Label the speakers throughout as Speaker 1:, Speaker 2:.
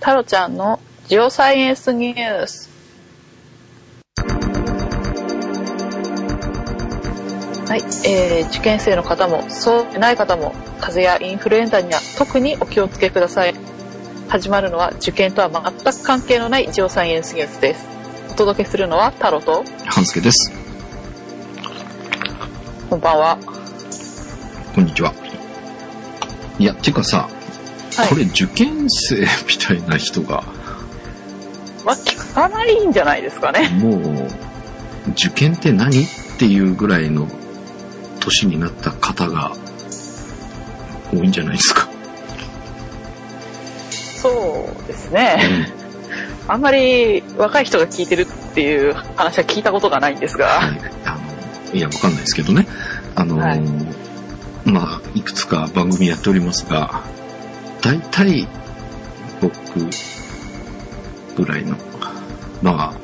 Speaker 1: タロちゃんのジオサイエンスニュース。はい、えー受験生の方も、そうでない方も、風邪やインフルエンザには特にお気をつけください。始まるのは受験とは全く関係のないジオサイエンスニュースです。お届けするのはタロと、
Speaker 2: 半助です。
Speaker 1: こんばんは。
Speaker 2: こんにちは。いや、てかさ、
Speaker 1: はい
Speaker 2: これ受験生みたいな人が、
Speaker 1: まあ、聞かないんじゃないですかね。
Speaker 2: もう、受験って何っていうぐらいの年になった方が多いんじゃないですか。
Speaker 1: そうですね。あんまり若い人が聞いてるっていう話は聞いたことがないんですが。
Speaker 2: はい、あのいや、わかんないですけどね。あの、
Speaker 1: はい
Speaker 2: まあ、いくつか番組やっておりますが、大体、僕ぐらいの、まあ、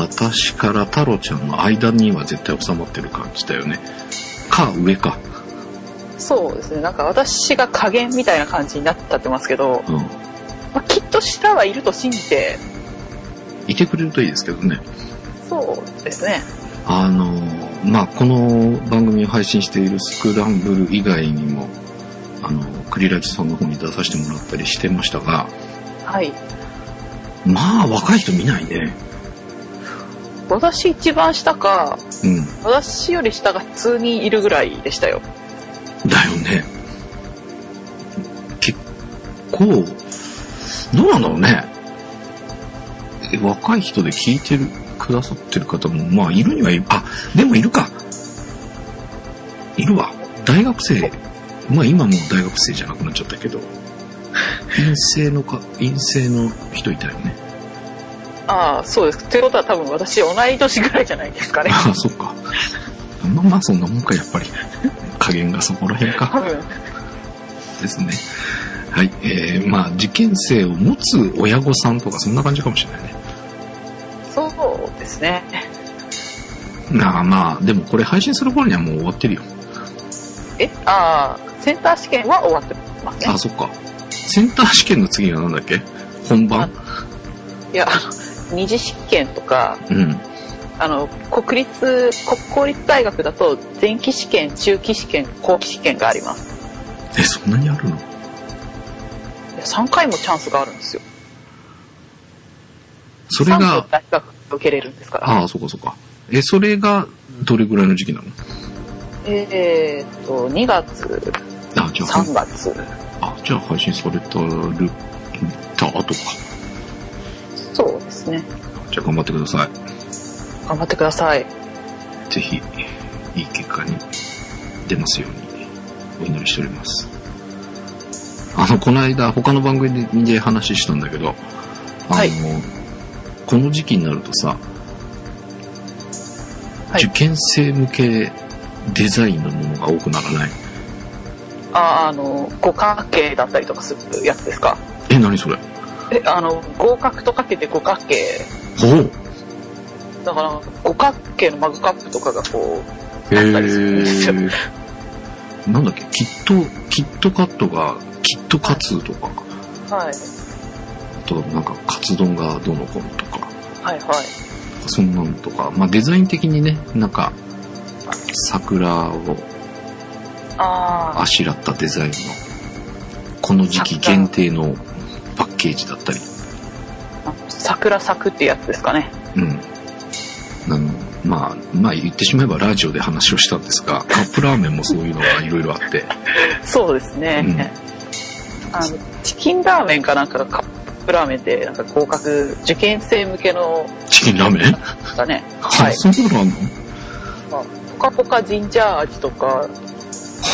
Speaker 2: 私から太郎ちゃんの間には絶対収まってる感じだよね。か、上か。
Speaker 1: そうですね。なんか私が加減みたいな感じになっちゃってますけど、
Speaker 2: うん。
Speaker 1: まあ、きっと下はいると信じて、
Speaker 2: いてくれるといいですけどね。
Speaker 1: そうですね。
Speaker 2: あの、まあ、この番組を配信しているスクランブル以外にも、あの、クリラジさんの方に出させてもらったりしてましたが、
Speaker 1: はい。
Speaker 2: まあ、若い人見ないね。
Speaker 1: 私一番下か、
Speaker 2: うん。
Speaker 1: 私より下が通にいるぐらいでしたよ。
Speaker 2: だよね。結構、どうなんだろうね。え若い人で聞いてる、くださってる方も、まあ、いるにはいる。あ、でもいるか。いるわ。大学生。まあ、今もう大学生じゃなくなっちゃったけど。陰性のか、陰性の人いたよね。
Speaker 1: ああ、そうです。ってことは多分私同い年ぐらいじゃないですか ね。
Speaker 2: ああ、そっか。まあまあ、そんなもんか、やっぱり。加減がそこら辺か。
Speaker 1: 多分。
Speaker 2: ですね。はい。えー、まあ、受験生を持つ親御さんとか、そんな感じかもしれないね。
Speaker 1: そうですね。
Speaker 2: まあまあ、でもこれ配信する頃にはもう終わってるよ。
Speaker 1: え、ああ、センター試験は終わってますね
Speaker 2: あ、。そっか。センター試験の次がなんだっけ本番
Speaker 1: いや、あの二次試験とか、
Speaker 2: うん。
Speaker 1: あの国立国公立大学だと前期試験中期試験後期試験があります
Speaker 2: え、そんなにあるの
Speaker 1: いや3回もチャンスがあるんですよ
Speaker 2: それ
Speaker 1: 3
Speaker 2: が
Speaker 1: 個、大学が受けれるんですから
Speaker 2: ああ、そっかそっか。え、それが、どれぐらいの時期なの
Speaker 1: えーっと2月
Speaker 2: あ、じゃあ
Speaker 1: 3、月
Speaker 2: あ、じゃあ配信されたる、た後か。
Speaker 1: そうですね
Speaker 2: じゃあ頑張ってください。
Speaker 1: 頑張ってください
Speaker 2: ぜひ、いい結果に出ますように、お祈りしております。あの、この間、他の番組でで話したんだけど、あの、
Speaker 1: はい
Speaker 2: この時期になるとさ、
Speaker 1: はい
Speaker 2: 受験生向けデザインのものが多くならない。
Speaker 1: あーあの五角形だったりとかするやつですか
Speaker 2: え、何それ
Speaker 1: えあの合格とかけて五角形
Speaker 2: ほう
Speaker 1: だから五角形のマグカップとかがこう
Speaker 2: へ
Speaker 1: あったりするんですよ
Speaker 2: ーなんだっけきっと、キットカットが、キットカツとか、
Speaker 1: はい
Speaker 2: あとなんかカツ丼がどうのこうのとか、
Speaker 1: はいはい
Speaker 2: そんなのとか、まあ、デザイン的にね、なんか、桜を
Speaker 1: あ
Speaker 2: あしらったデザインの、この時期限定のパッケージだったり、
Speaker 1: あ桜咲くってやつですかね
Speaker 2: うん。あの、まあ、まあ言ってしまえばラジオで話をしたんですが、カップラーメンもそういうのがいろいろあって、
Speaker 1: そうですね、あのチキンラーメンかなんかがカップラーメンでなんか合格受験生向けの
Speaker 2: チキンラーメン
Speaker 1: だねは
Speaker 2: あ
Speaker 1: い
Speaker 2: そんなのあんの
Speaker 1: ポカポカジンジャー味とか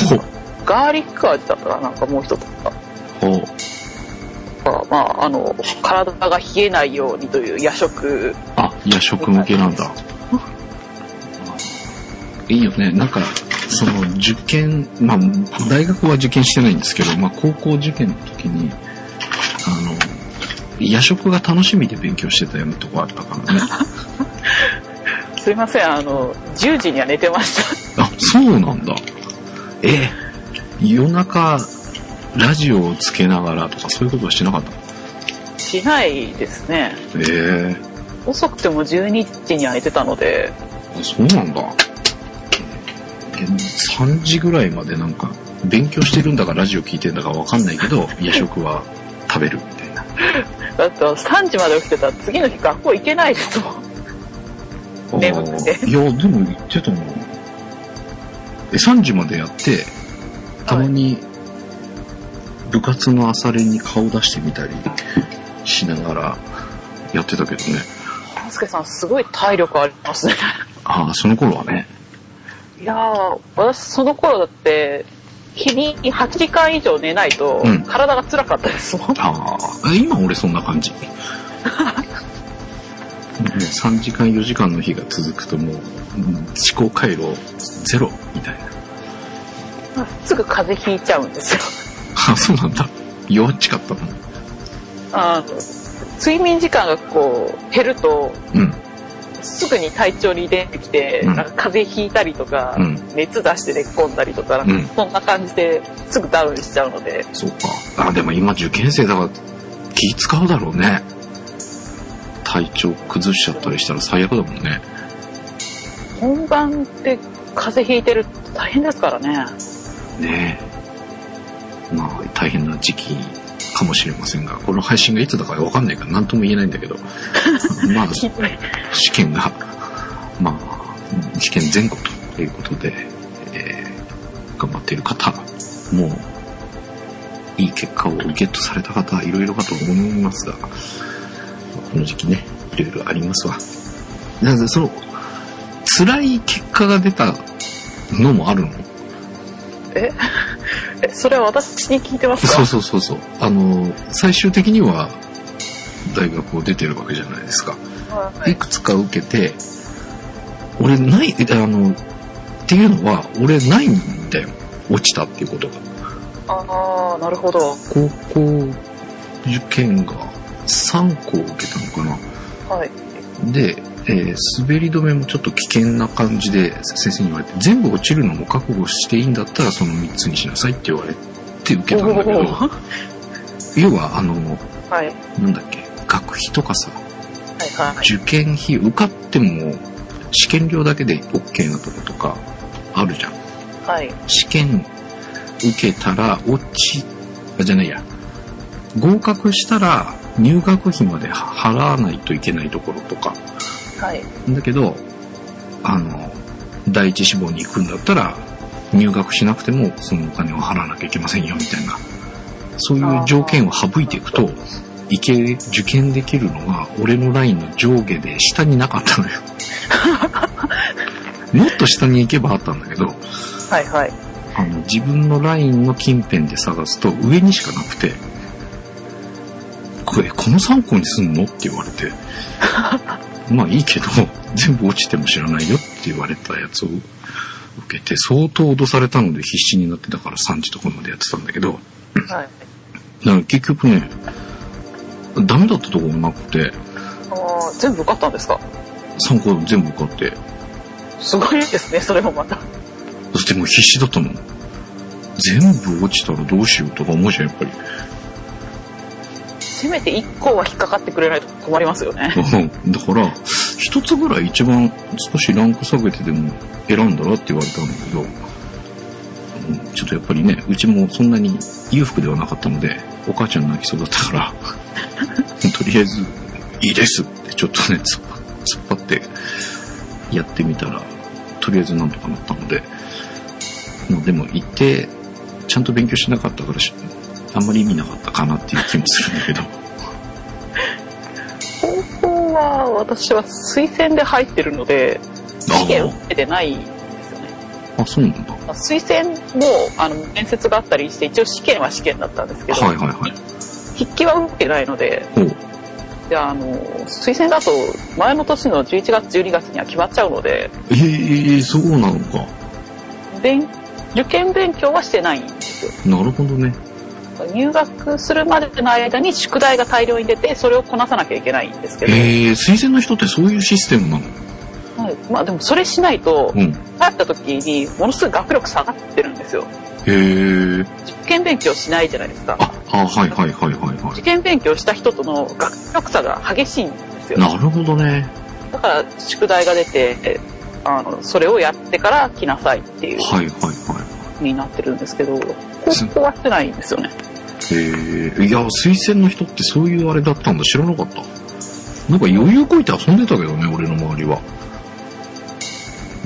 Speaker 2: ほう。
Speaker 1: ガーリック味だったかななんかもう一つとか
Speaker 2: ほう。
Speaker 1: まああの体が冷えないようにという夜食
Speaker 2: あ、夜食向けなんだ。いいよね。なんか、その、受験、まあ、大学は受験してないんですけど、まあ、高校受験の時に、あの、夜食が楽しみで勉強してたようなとこあったからね。
Speaker 1: すいませんあの10時には寝てまし
Speaker 2: あ、そうなんだ。ええ、夜中、ラジオをつけながらとか、そういうことはしてなかった
Speaker 1: た しないですね。
Speaker 2: ええ
Speaker 1: 遅くても12時に空いてたので、
Speaker 2: あそうなんだ。で3時ぐらいまでなんか、勉強してるんだかラジオ聞いてんだかわかんないけ ど、夜食は食べるみたいな。
Speaker 1: だって3時まで起きてたら次の日学校行けないですもん。眠くて
Speaker 2: あーいや、でも言ってたな。え、3時までやって、たまに部活の朝練に顔出してみたりしながらやってたけどね。
Speaker 1: ハスケさんすごい体力ありますね。
Speaker 2: ああ、その頃はね。
Speaker 1: いやー、私その頃だって、日に8時間以上寝ないと
Speaker 2: うん、
Speaker 1: 体が辛かったですもん。
Speaker 2: ああ、今俺そんな感じ。もう3時間4時間の日が続くともう、うん思考回路ゼロみたいな。
Speaker 1: すぐ風邪ひいちゃうんですよ。
Speaker 2: あ、そうなんだ。弱っちかったな。
Speaker 1: あの睡眠時間がこう減ると、
Speaker 2: うん、
Speaker 1: すぐに体調に出てきて、
Speaker 2: うん
Speaker 1: なんか風邪ひいたりとか、
Speaker 2: うん、
Speaker 1: 熱出して寝込んだりとか、
Speaker 2: うん
Speaker 1: そんな感じですぐダウンしちゃうので、
Speaker 2: そうか。あ、でも今受験生だから気使うだろうね。体調崩しちゃったりしたら最悪だもんね。
Speaker 1: 本番って風邪ひいてると大変ですからね。
Speaker 2: ねえ。まあ、大変な時期かもしれませんが、この配信がいつだかわかんないから何とも言えないんだけど、まあ、
Speaker 1: ひどい
Speaker 2: 試験が、まあ、試験前後ということで、えー頑張っている方、もう、いい結果をゲットされた方、いろいろかと思いますが、この時期ね、いろいろありますわ。なので、その、辛い結果が出たのもあるの
Speaker 1: え それは私に聞いてます
Speaker 2: そう
Speaker 1: か
Speaker 2: そうそうそう。あの、最終的には、大学を出てるわけじゃないですか。
Speaker 1: はいい
Speaker 2: くつか受けて、俺ない、えあの、っていうのは、俺ないんだよ。落ちたっていうことが。
Speaker 1: ああ、なるほど。
Speaker 2: 高校受験が3校受けたのかな。
Speaker 1: はい。
Speaker 2: で、えー滑り止めもちょっと危険な感じで先生に言われて、全部落ちるのも覚悟していいんだったらその3つにしなさいって言われて受けたんだけど、
Speaker 1: おー
Speaker 2: 要はあの、
Speaker 1: はい。はい
Speaker 2: なんだっけ、学費とかさ、
Speaker 1: はい。
Speaker 2: 受験費受かっても試験料だけで OK なとことかあるじゃん。
Speaker 1: はい。
Speaker 2: 試験受けたら落ち、あじゃないや、合格したら入学費まで払わないといけないところとか、
Speaker 1: はい。
Speaker 2: だけど、あの、第一志望に行くんだったら、入学しなくてもそのお金を払わなきゃいけませんよ、みたいな。そういう条件を省いていくと、いけ、受験できるのが、俺のラインの上下で下になかったのよ。もっと下に行けばあったんだけど、
Speaker 1: はい。 はい。
Speaker 2: あの、自分のラインの近辺で探すと上にしかなくて、これ、この3個にすんのって言われて、まあいいけど、全部落ちても知らないよって言われたやつを受けて、相当脅されたので必死になってたから3時とこまでやってたんだけど、
Speaker 1: はい。
Speaker 2: だから結局ね、ダメだったとこもなくて、
Speaker 1: ああ、全部受かったんですか
Speaker 2: 3個全部受かって、
Speaker 1: すごいですね、それもまた。
Speaker 2: そしてもう必死だったもん。全部落ちたらどうしようとか思うじゃん、やっぱり。
Speaker 1: せめて1校は引っかかってくれないと困りますよね。
Speaker 2: うんだから、一つぐらい一番少しランク下げてでも選んだらって言われたんだけど、うんちょっとやっぱりね、うちもそんなに裕福ではなかったので、お母ちゃん泣きそうだったから、 とりあえず、いいですってちょっとね、突っ張突っ張ってやってみたら、とりあえずなんとかなったので、まあでも行って、ちゃんと勉強しなかったからし、あんまり意味なかったかなっていう気もするんだけど、
Speaker 1: 高校は私は推薦で入ってるので、試験受けてないんですよね。
Speaker 2: あ、そうなんだ。は
Speaker 1: まあ推薦もあの面接があったりして、一応試験は試験だったんですけど、
Speaker 2: いはいはい。
Speaker 1: 筆記は受けてないので、
Speaker 2: ほう。
Speaker 1: であの推薦だと前の年の11月、12月には決まっちゃうので、
Speaker 2: ええそうなのか。
Speaker 1: 勉受験勉強はしてないんですよ。
Speaker 2: なるほどね。
Speaker 1: 入学するまでの間に宿題が大量に出て、それをこなさなきゃいけないんですけど、
Speaker 2: ええ推薦の人ってそういうシステムなの
Speaker 1: はいまあでもそれしないと、
Speaker 2: うん。
Speaker 1: 帰った時にものすごい学力下がってるんですよ。
Speaker 2: へえ。
Speaker 1: 受験勉強しないじゃないですか。
Speaker 2: あ、あはいはいはいはいは
Speaker 1: 受験勉強した人との学力差が激しいんですよ。
Speaker 2: い。なるほどね。
Speaker 1: だから、宿題が出て、えあの、それをやってから来なさいっていう
Speaker 2: はいはいは
Speaker 1: になってるんですけど、高校はしてないんですよね。
Speaker 2: い。へえ。いや、推薦の人ってそういうあれだったんだ。知らなかった。なんか余裕こいて遊んでたけどね、俺の周りは。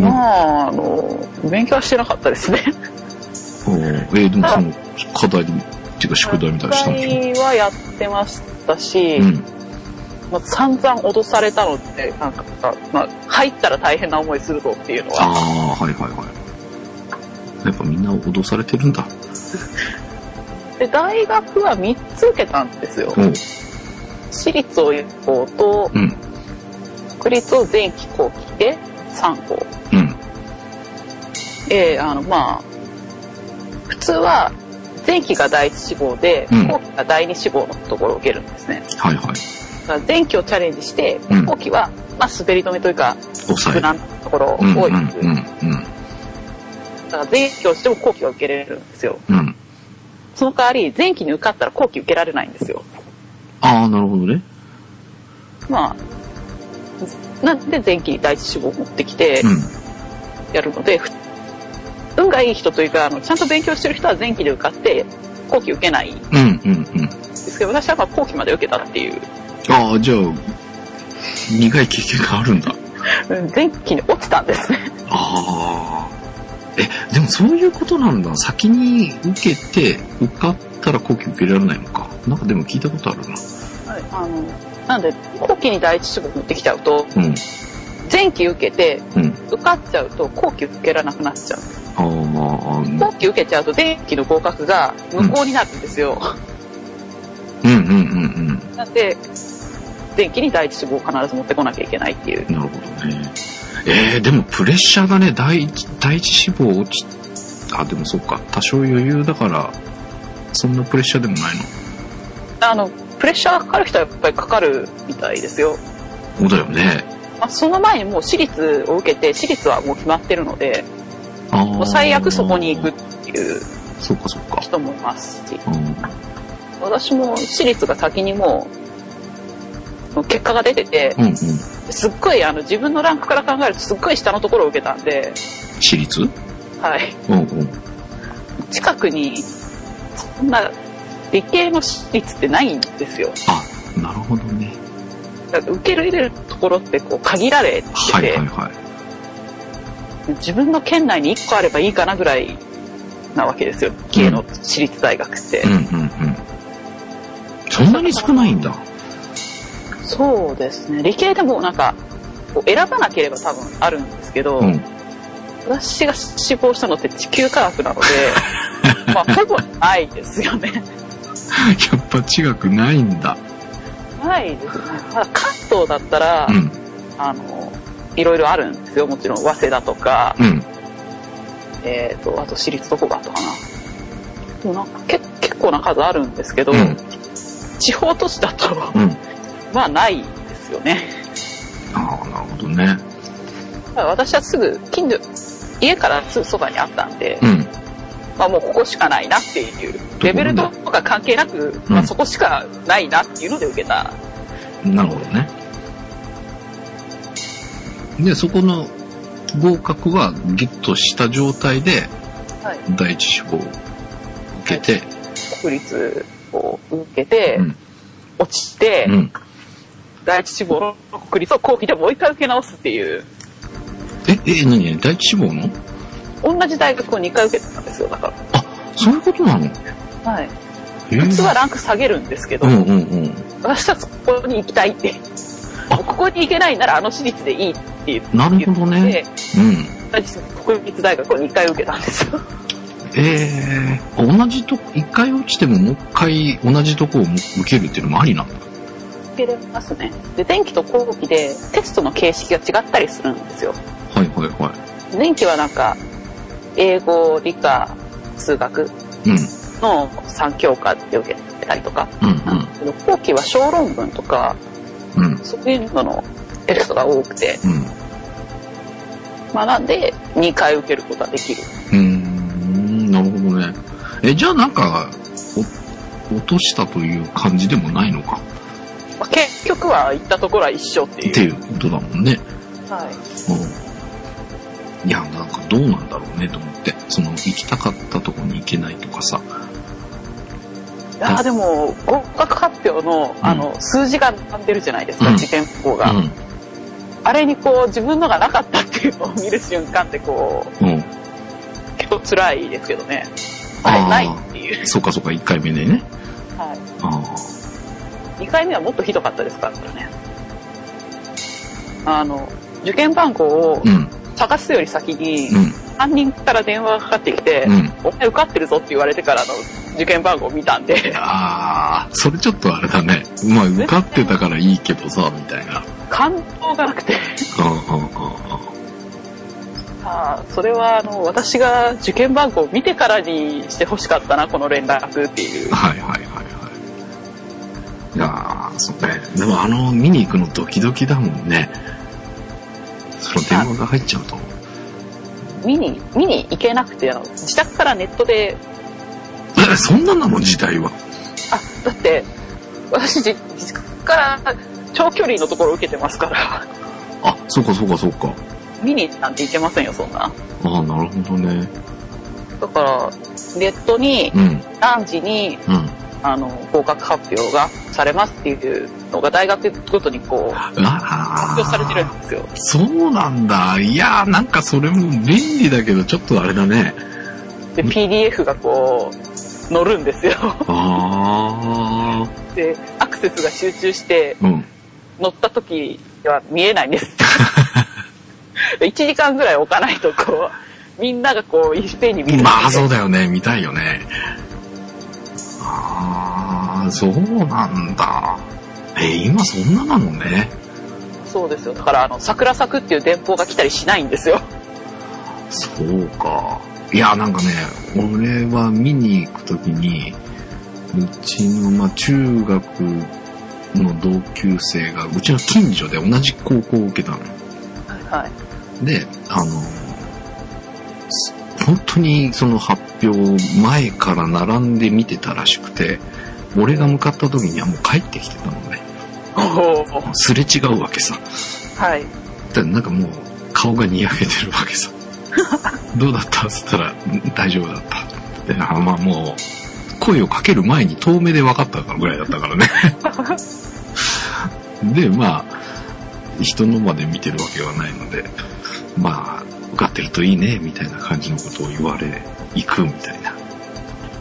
Speaker 2: うん
Speaker 1: まあ、あの、勉強はしてなかったですね。
Speaker 2: おーえー、でもその、課題っていうか 宿題みたいにしたんでしょ
Speaker 1: 宿題はやってましたし、
Speaker 2: うん。
Speaker 1: まあ、散々脅されたので、なんか、まあ、入ったら大変な思いするぞっていうのは、
Speaker 2: ああ、はいはいはい。やっぱみんな脅されてるんだ。
Speaker 1: で大学は3つ受けたんですよ
Speaker 2: お。う
Speaker 1: 私立を1校と、
Speaker 2: うん、
Speaker 1: 国立を前期後期で3校。
Speaker 2: うん、
Speaker 1: で、あの、まあ、普通は、前期が第一志望で、
Speaker 2: うん
Speaker 1: 後期が第二志望のところを受けるんですね。
Speaker 2: はいは
Speaker 1: だ
Speaker 2: い。
Speaker 1: から前期をチャレンジして
Speaker 2: うん、
Speaker 1: 後期は、まあ、滑り止めというか、
Speaker 2: 抑
Speaker 1: 無
Speaker 2: え。
Speaker 1: 難なところを
Speaker 2: うん、うん、う
Speaker 1: 多い。
Speaker 2: ん、
Speaker 1: だから前期をしても後期は受けれるんですよ。
Speaker 2: うん、うん。
Speaker 1: その代わり、前期に受かったら後期受けられないんですよ。
Speaker 2: ああ、なるほどね。
Speaker 1: まあ、なんで前期第一志望を持ってきて
Speaker 2: うん。
Speaker 1: やるので、ふ運がいい人というか、あの、ちゃんと勉強してる人は前期で受かって、後期受けないんで
Speaker 2: うん、うん、うん。
Speaker 1: すけど、私はまあ後期まで受けたっていう、
Speaker 2: ああ、じゃあ、苦い経験があるんだ。
Speaker 1: うん前期に落ちたんですね。
Speaker 2: ああ。え、でもそういうことなんだ。先に受けて、受かったら後期受けられないのか。なんかでも聞いたことあるな。
Speaker 1: あの、なんで、後期に第一志望持ってきちゃうと、
Speaker 2: うん、
Speaker 1: 前期受けて、
Speaker 2: うん。
Speaker 1: 受かっちゃうと後期受けられなくなっちゃう。
Speaker 2: ああ、うん、
Speaker 1: 後期受けちゃうと前期の合格が無効になるんですよ。
Speaker 2: うん、うん、うん。
Speaker 1: なんで、前期に第一志望を必ず持ってこなきゃいけないっていう。
Speaker 2: なるほどね。えー、でもプレッシャーがね、第一、第一志望落ち、あ、でもそうか、多少余裕だから、そんなプレッシャーでもないの。
Speaker 1: あの、プレッシャーがかかる人はやっぱりかかるみたいですよ。
Speaker 2: そうだよね。
Speaker 1: まあ、その前にもう私立を受けて、私立はもう決まってるので、
Speaker 2: あ
Speaker 1: もう
Speaker 2: ー
Speaker 1: 最悪そこに行く。っていう
Speaker 2: そうかそうか。
Speaker 1: 人もいますし、
Speaker 2: うん。
Speaker 1: 私も私立が先にもう、もう結果が出てて、
Speaker 2: うんうん。
Speaker 1: すっごいあの自分のランクから考えるとすっごい下のところを受けたんで、
Speaker 2: 私立
Speaker 1: はい。
Speaker 2: うんうん。
Speaker 1: 近くに、そんな理系の私立ってないんですよ。
Speaker 2: あ、なるほどね。
Speaker 1: だから受け入れるところってこう限られてて、
Speaker 2: はいはいはい。
Speaker 1: 自分の県内に1個あればいいかなぐらいなわけですよ理系の私立大学って、
Speaker 2: うんうんうん。そんなに少ないんだ。
Speaker 1: そうですね理系でもなんかこう選ばなければ多分あるんですけど、
Speaker 2: うん。
Speaker 1: 私が志望したのって地球科学なので まあほぼないですよね
Speaker 2: やっぱ違くないんだ。
Speaker 1: ないですねただ関東だったら、
Speaker 2: うん。
Speaker 1: あのいろいろあるんですよもちろん早稲田とか、
Speaker 2: うん。
Speaker 1: えー、とあと私立どこがあったかなでもなんかけ結構な数あるんですけど、
Speaker 2: うん
Speaker 1: 地方都市だと
Speaker 2: うん。
Speaker 1: まあないですよね。
Speaker 2: ああ、なるほどね。
Speaker 1: 私はすぐ近所、家からすぐそばにあったんで、
Speaker 2: うん。
Speaker 1: まあもうここしかないなっていう、レベルとか関係なく、
Speaker 2: うん
Speaker 1: まあそこしかないなっていうので受けた。
Speaker 2: なるほどね。で、そこの合格はゲットした状態で、
Speaker 1: はい
Speaker 2: 第一志望を受けて、
Speaker 1: 国立を受けて、
Speaker 2: うん
Speaker 1: 落ちて、
Speaker 2: うん。
Speaker 1: 第一志望の国立を後期でもう一回受け直すっていう、
Speaker 2: え、え、何何第一志望の
Speaker 1: 同じ大学を2回受けてたんですよ、だか
Speaker 2: そういうことなの
Speaker 1: ら。はい。
Speaker 2: え
Speaker 1: 普通はランク下げるんですけど、
Speaker 2: うんうんうん。
Speaker 1: 私はそこに行きたいって。
Speaker 2: あ
Speaker 1: ここに行けないならあの私立でいいって言って。
Speaker 2: なるほどね。うん。
Speaker 1: 私国立大学を2回受けたんですよ。
Speaker 2: えー、同じとこ、一回落ちてももう一回同じとこをも受けるっていうのもありなんだ。
Speaker 1: 受けれますね。で、前期と後期でテストの形式が違ったりするんですよ。
Speaker 2: はいはいは
Speaker 1: 前期はなんか、英語、理科、数学
Speaker 2: い。うん。
Speaker 1: の3教科で受けたりとか、
Speaker 2: うん
Speaker 1: けど後期は小論文とか、
Speaker 2: うん。うん。
Speaker 1: そういうののテストが多くて、
Speaker 2: うん。
Speaker 1: まあ、なんで2回受けることができる。
Speaker 2: うーんなるほどね。え、じゃあなんか、お落としたという感じでもないのか
Speaker 1: まあ、結局は行ったところは一緒っていう。
Speaker 2: っていうことだもんね。
Speaker 1: はい。
Speaker 2: うん。いや、なんかどうなんだろうねと思って。その、行きたかったとこに行けないとかさ。
Speaker 1: いやーでも、合格発表の、あの、数字が並んでるじゃないですか、
Speaker 2: うん
Speaker 1: 受験校が。
Speaker 2: う
Speaker 1: あれにこう、自分のがなかったっていうのを見る瞬間ってこう、
Speaker 2: ん。うん。
Speaker 1: 結構辛いですけどね。
Speaker 2: あ
Speaker 1: あ
Speaker 2: ー
Speaker 1: れないっていう。
Speaker 2: そうかそうか、1回目でね。
Speaker 1: は
Speaker 2: あ
Speaker 1: い。2回目はもっとひどかったですからね。あの、受験番号を
Speaker 2: あ。うん。
Speaker 1: 探すより先に、
Speaker 2: うん。
Speaker 1: 担任から電話がかかってきて、
Speaker 2: うん。
Speaker 1: お前受かってるぞって言われてからの受験番号を見たんで、
Speaker 2: ああ、それちょっとあれだね。まあ、受かってたからいいけどさ、みたいな。
Speaker 1: 感動がなくて、
Speaker 2: うんうんうんうん。
Speaker 1: あーそれはあの私が受験番号を見てからにしてほしかったな、この連絡っていう。
Speaker 2: はいはいはいはい。いやーそうね。でもあの、見に行くのドキドキだもんね。その電話が入っちゃうと。
Speaker 1: 見に、見に行けなくて、あの自宅からネットで、
Speaker 2: え、 そんなんなの時代は。
Speaker 1: あ、だって、私自自宅から長距離のところを受けてますから、
Speaker 2: あ、そうかそうかそうか。
Speaker 1: 見になんて行けませんよ、そんな。
Speaker 2: ああ、なるほどね。
Speaker 1: だから、ネットに
Speaker 2: うん、うん。
Speaker 1: 何時にあの合格発表がされますっていうのが大学ごとにこう
Speaker 2: あ
Speaker 1: 発
Speaker 2: あ。
Speaker 1: 表されてるんですよ。
Speaker 2: そうなんだ。いやー、なんかそれも便利だけど、ちょっとあれだね。
Speaker 1: で PDF がこう載るんですよ。
Speaker 2: ああ。
Speaker 1: でアクセスが集中して
Speaker 2: うん。
Speaker 1: 乗った時は見えないん です。1時間ぐらい置かないとこうみんながこういっぺんに見る
Speaker 2: まあ、そうだよね。見たいよね。ああ、そうなんだ。えー今そんななのね。
Speaker 1: そうですよ。だからあの桜咲くっていう電報が来たりしないんですよ。
Speaker 2: そうか。いや、なんかね、俺は見に行くときに、うちの、まあ、中学の同級生が、うちの近所で同じ高校を受けたの。
Speaker 1: はい。
Speaker 2: で、あの、す本当にその発表前から並んで見てたらしくて、俺が向かった時にはもう帰ってきてたのね。
Speaker 1: おー
Speaker 2: すれ違うわけさ。
Speaker 1: はい。
Speaker 2: だからなんかもう顔がにやけてるわけさ。どうだったっつったら、ん大丈夫だった。で、あまあもう、声をかける前に遠目で分かったぐらいだったからね。で、まあ、人のまで見てるわけはないので、まあ、受かってるといいね、みたいな感じのことを言われ、行くみたいな。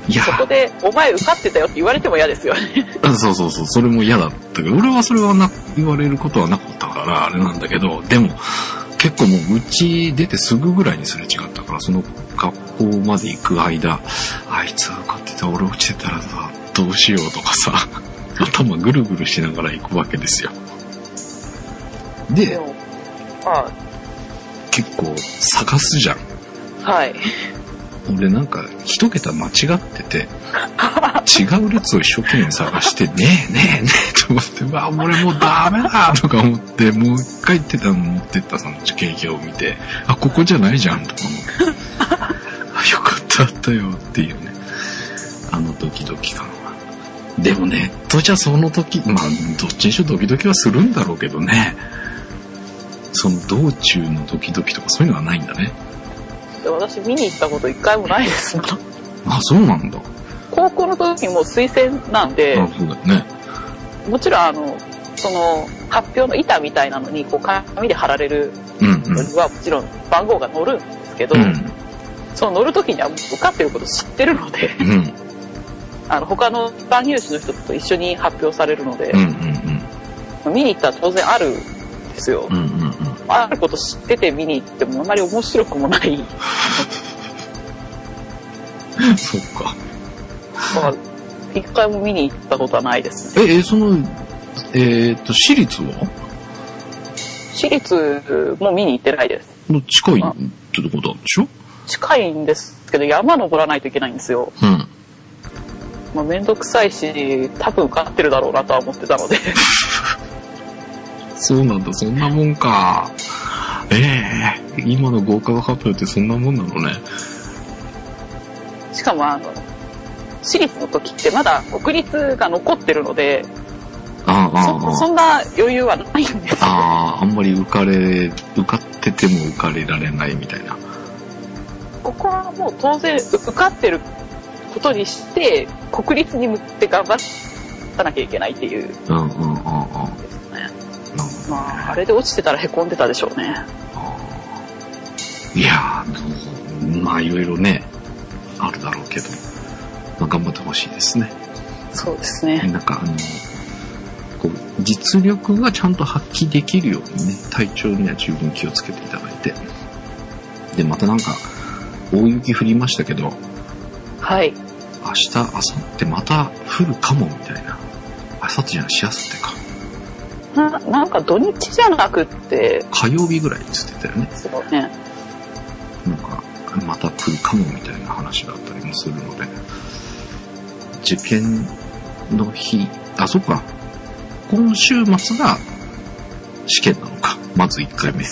Speaker 2: いや、
Speaker 1: そこでお前受かってたよって言われても嫌ですよね。
Speaker 2: あそうそうそう、それも嫌だったけど、俺はそれはな、言われることはなかったから、あれなんだけど、でも、結構もう、うち出てすぐぐらいにすれ違ったから、その学校まで行く間、あいつは受かってた、俺落ちてたらさ、どうしようとかさ、 頭ぐるぐるしながら行くわけですよ。
Speaker 1: で
Speaker 2: で、
Speaker 1: もま
Speaker 2: 結構探すじゃん。
Speaker 1: あ、はい。
Speaker 2: 俺なんか一桁間違ってて、違う列を一生懸命探して、ねえねえねえと思って、わあ、俺もうダメだとか思って、もう一回行ってたの持ってったその受験票を見て、あ、ここじゃないじゃんとか思って、あ、よかったあったよっていうね、あのドキドキ感は。でもネットじゃその時、まあ、どっちにしろドキドキはするんだろうけどね、その道中のドキドキとかそういうのはないんだね。
Speaker 1: で私見に行ったこと一回もないですもん
Speaker 2: あ、そうなんだ。
Speaker 1: 高校の時も推薦なんで、
Speaker 2: あ、そうだよね。
Speaker 1: もちろんあのその発表の板みたいなのにこう紙で貼られる
Speaker 2: うんうん。
Speaker 1: のにはもちろん番号が載るんですけど、
Speaker 2: うん。
Speaker 1: その乗る時にはもう受かってること知ってるの で
Speaker 2: うん。うん
Speaker 1: あの他の一般入試の人と一緒に発表されるので
Speaker 2: う、ん
Speaker 1: 見に行ったら当然あるんですよ、
Speaker 2: うん。うんうんうん。
Speaker 1: あること知ってて見に行ってもあまり面白くもない
Speaker 2: そっか。
Speaker 1: だから一回も見に行ったことはないですね
Speaker 2: え、え、その、えーっと、私立は
Speaker 1: 私立も見に行ってないです
Speaker 2: の近いってことなんでしょ
Speaker 1: 近いんですけど山登らないといけないんですよ、
Speaker 2: うん。
Speaker 1: まあ、めんどくさいし多分受かってるだろうなとは思ってたので
Speaker 2: そうなんだ、そんなもんか。ええ今の合格発表ってそんなもんなのね。
Speaker 1: しかもあの、私立の時ってまだ国立が残ってるので、
Speaker 2: ああ、あ
Speaker 1: そ
Speaker 2: あ、あ
Speaker 1: そんな余裕はないんですよ。
Speaker 2: あ、あんまり浮かれ、受かってても浮かれられないみたいな。
Speaker 1: ここはもう当然受かってることにして、国立に向って頑張らなきゃいけないっていう。
Speaker 2: うんうんうんうん。
Speaker 1: まあ、あれで落ちてたら凹んでたでしょうね。
Speaker 2: いやーどうまあいろいろね、あるだろうけど、まあ、頑張ってほしいですね。
Speaker 1: そうですね。
Speaker 2: なんかあの、こう、実力がちゃんと発揮できるようにね、体調には十分気をつけていただいて。で、またなんか、大雪降りましたけど、
Speaker 1: はい。
Speaker 2: 明日、明後日また降るかもみたいな。明後日じゃない、しあさってか。
Speaker 1: ななんか土日じゃなくって、
Speaker 2: 火曜日ぐらいっつってたよね。
Speaker 1: すごいね。
Speaker 2: なんか、また来るかもみたいな話だったりもするので、受験の日、あ、そっか。今週末が試験なのか。まず1回目。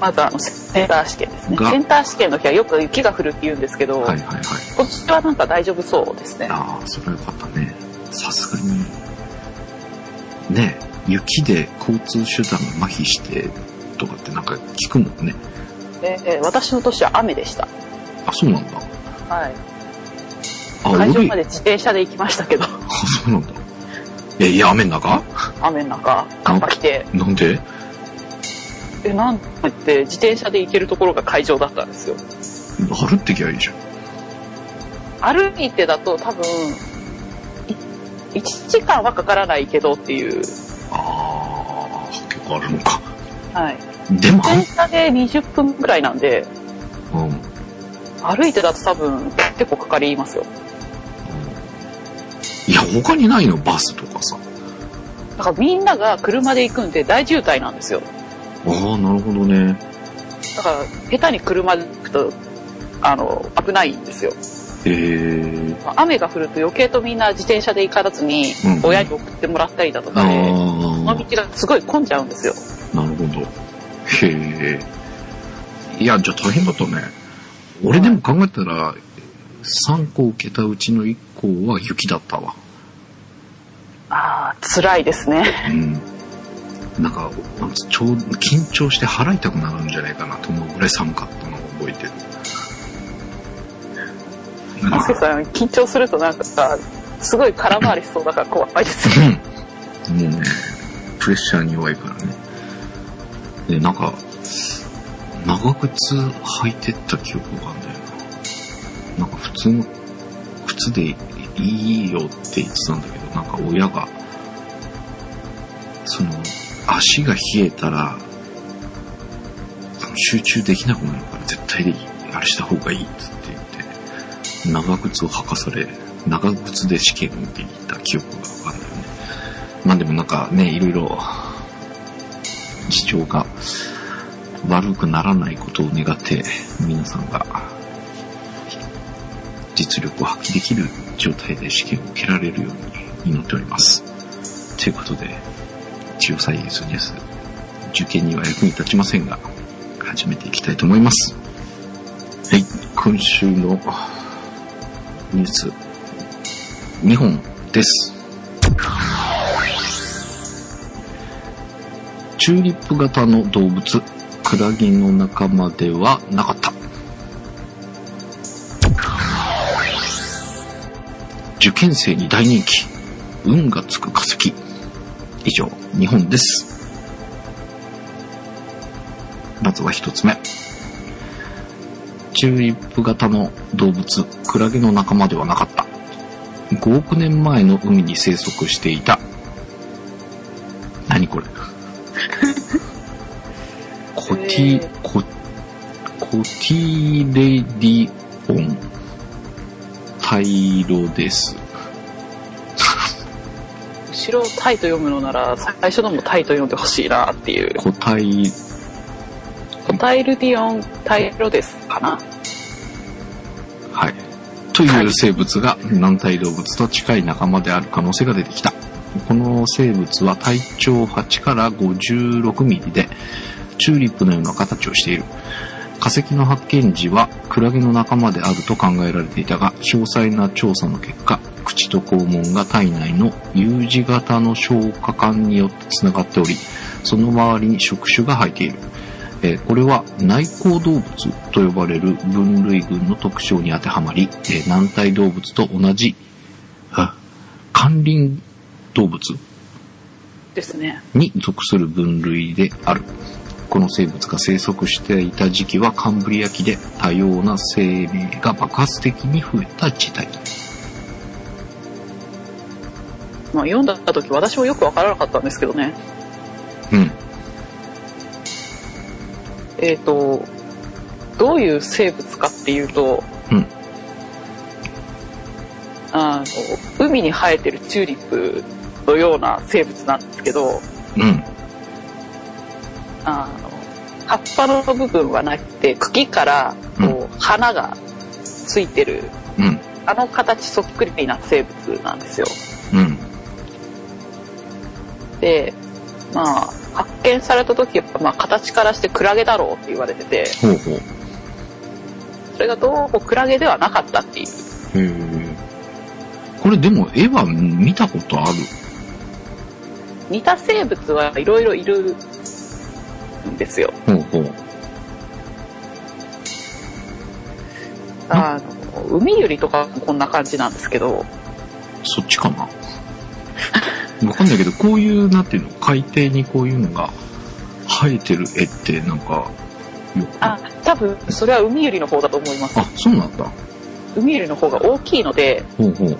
Speaker 1: まずあの、センター試験ですね。
Speaker 2: が
Speaker 1: センター試験の日はよく雪が降るって言うんですけど、
Speaker 2: はいはいはい。
Speaker 1: 今年はなんか大丈夫そうですね。
Speaker 2: ああ、それはよかったね。さすがに。ね雪で交通手段が麻痺してとかってなんか聞くもんね。
Speaker 1: ええ私の年は雨でした。
Speaker 2: あ、そうなんだ。
Speaker 1: はい。
Speaker 2: あ、
Speaker 1: 会場
Speaker 2: 俺
Speaker 1: ま、で自転車で行きましたけど、
Speaker 2: あ、そうなんだ。え、いや、雨の中
Speaker 1: 雨の中、カンパ来て、
Speaker 2: なんで
Speaker 1: え、なんて言って自転車で行けるところが会場だったんですよ。
Speaker 2: 歩ってきゃいいじゃん。
Speaker 1: 歩いてだと多分、い1時間はかからないけどっていう。
Speaker 2: ああ、結構あるのか。
Speaker 1: はい。
Speaker 2: でも、
Speaker 1: 自転車で20分くらいなんで、
Speaker 2: うん。うん
Speaker 1: 歩いてだと多分結構かかりますよ。
Speaker 2: いや、他にないのバスとかさ。
Speaker 1: だからみんなが車で行くんで大渋滞なんですよ。
Speaker 2: ああ、なるほどね。
Speaker 1: だから下手に車で行くと、あの、危ないんですよ。
Speaker 2: えー、
Speaker 1: まあ雨が降ると余計とみんな自転車で行かずに
Speaker 2: うんうん
Speaker 1: 親に送ってもらったりだとか
Speaker 2: あ
Speaker 1: で、
Speaker 2: あ、
Speaker 1: この道がすごい混んじゃうんですよ。
Speaker 2: なるほど。へえ。いや、じゃあ大変だったね。俺でも考えたら、3個受けたうちの1個は雪だったわ。
Speaker 1: ああ、辛いですね。
Speaker 2: うん。なんか、なんかちょう緊張して払いたくなるんじゃないかなと思うぐらい寒かったのを覚えてる。なん
Speaker 1: マ
Speaker 2: か
Speaker 1: スケさん、緊張するとなんかさ、すごい空回りしそうだから怖いで すね。
Speaker 2: うんもうね、プレッシャーに弱いからね。で、なんか、長靴履いてった記憶があるんだよな。なんか普通の靴でいいよって言ってたんだけど、なんか親が、その、足が冷えたら、その集中できなくなるから絶対にあれした方がいいっつって言って、長靴を履かされ、長靴で試験を受けに行った記憶がわかんないよね。まあでもなんかね、いろいろ、事情が悪くならないことを願って、皆さんが、実力を発揮できる状態で試験を受けられるように祈っております。ということで、千代サイエンスニュース、受験には役に立ちませんが、始めていきたいと思います。はい、今週のニュース、2本です。チューリップ型の動物、クラゲの仲間ではなかった。受験生に大人気、運がつく化石。以上、日本です。まずは一つ目。チューリップ型の動物、クラゲの仲間ではなかった。5億年前の海に生息していた。何これコティ、コ、コティレディオン、タイロです。
Speaker 1: 後ろをタイと読むのなら、最初のもタイと読んでほしいなっていう。
Speaker 2: 個体、
Speaker 1: コタイルディオン、タイロですかな。
Speaker 2: はい。という生物が軟体動物と近い仲間である可能性が出てきた。この生物は体長8から56ミリで、チューリップのような形をしている。化石の発見時はクラゲの仲間であると考えられていたが、詳細な調査の結果、口と肛門が体内の U 字型の消化管によってつながっており、その周りに触手が生えている。えーこれは内向動物と呼ばれる分類群の特徴に当てはまり、えー軟体動物と同じ、あ関林動物
Speaker 1: ですね。
Speaker 2: に属する分類である。この生物が生息していた時期はカンブリア紀で多様な生命が爆発的に増えた時代。
Speaker 1: まあ、読んだ時私もよくわからなかったんですけどね。
Speaker 2: うん。
Speaker 1: えっ、と、どういう生物かっていうと、
Speaker 2: うん
Speaker 1: あの、海に生えてるチューリップのような生物なんですけど、
Speaker 2: うん。
Speaker 1: あの、葉っぱの部分はなくて、茎からこう花がついてる、
Speaker 2: うん。
Speaker 1: あの形そっくりな生物なんですよ。
Speaker 2: うん。
Speaker 1: で、まあ、発見された時は、まあ、形からしてクラゲだろうって言われてて、
Speaker 2: ほうほう。
Speaker 1: それがどうもクラゲではなかったっていう。
Speaker 2: へえ。これでも絵は見たことある。
Speaker 1: 似た生物はいろいろいるんですよ。
Speaker 2: ほうほう。
Speaker 1: あの、海ユリとかもこんな感じなんですけど、
Speaker 2: そっちかなわかんないけど、こういう、なんていうの、海底にこういうのが生えてる絵って、なんか、よく。
Speaker 1: あ、多分それは海ユリの方だと思います。
Speaker 2: あ、そうなんだ。
Speaker 1: 海ユリの方が大きいので、
Speaker 2: ほうほう。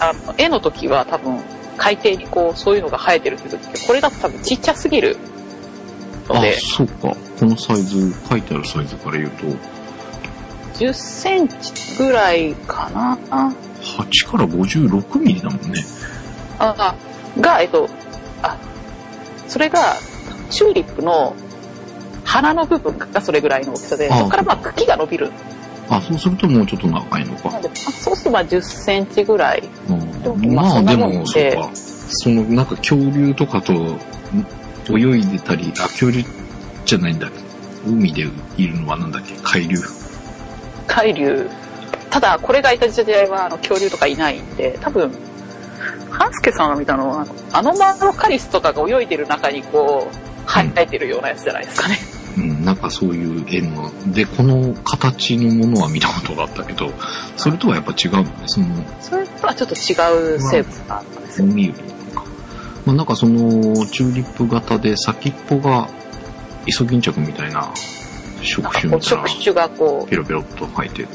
Speaker 1: あの、絵の時は多分海底にこうそういうのが生えてるって時って、これだと多分ちっちゃすぎるの
Speaker 2: あ
Speaker 1: で、、
Speaker 2: そうか。このサイズ、書いてあるサイズから言うと、
Speaker 1: 10センチぐらいかな。あ
Speaker 2: 8から56ミリだもんね。
Speaker 1: あ、が、えっと、あ、それが、チューリップの花の部分がそれぐらいの大きさで、
Speaker 2: あ
Speaker 1: そこからまあ茎が伸びる
Speaker 2: あ、そうするともうちょっと長いの
Speaker 1: な
Speaker 2: か。
Speaker 1: ので、まあ、そうするとまあ10センチぐらい。
Speaker 2: うん、
Speaker 1: まあ
Speaker 2: ま
Speaker 1: そ
Speaker 2: あ
Speaker 1: んな
Speaker 2: で
Speaker 1: もん
Speaker 2: も、そ
Speaker 1: で
Speaker 2: うか。その、なんか恐竜とかとん泳いでたり、あ、恐竜じゃないんだ。海でいるのはなんだっけ海竜。
Speaker 1: 海竜。ただ、これがいた時代はあの恐竜とかいないんで、多分、半助さんが見たのは、あのアノマロカリスとかが泳いでる中にこう、生えてるようなやつじゃないですかね。
Speaker 2: うん、なんかそういう絵の、で、この形のものは見たことがあったけど、それとはやっぱ違うのね、その、
Speaker 1: それとはちょっと違う生物だったんですよ。
Speaker 2: 海よりとか。まあなんかその、チューリップ型で先っぽが、イソギンチャクみたいな、触
Speaker 1: なんか
Speaker 2: 手
Speaker 1: こ
Speaker 2: み
Speaker 1: う、
Speaker 2: たいな
Speaker 1: 触、手がこう、
Speaker 2: ペロペロっと生えてる。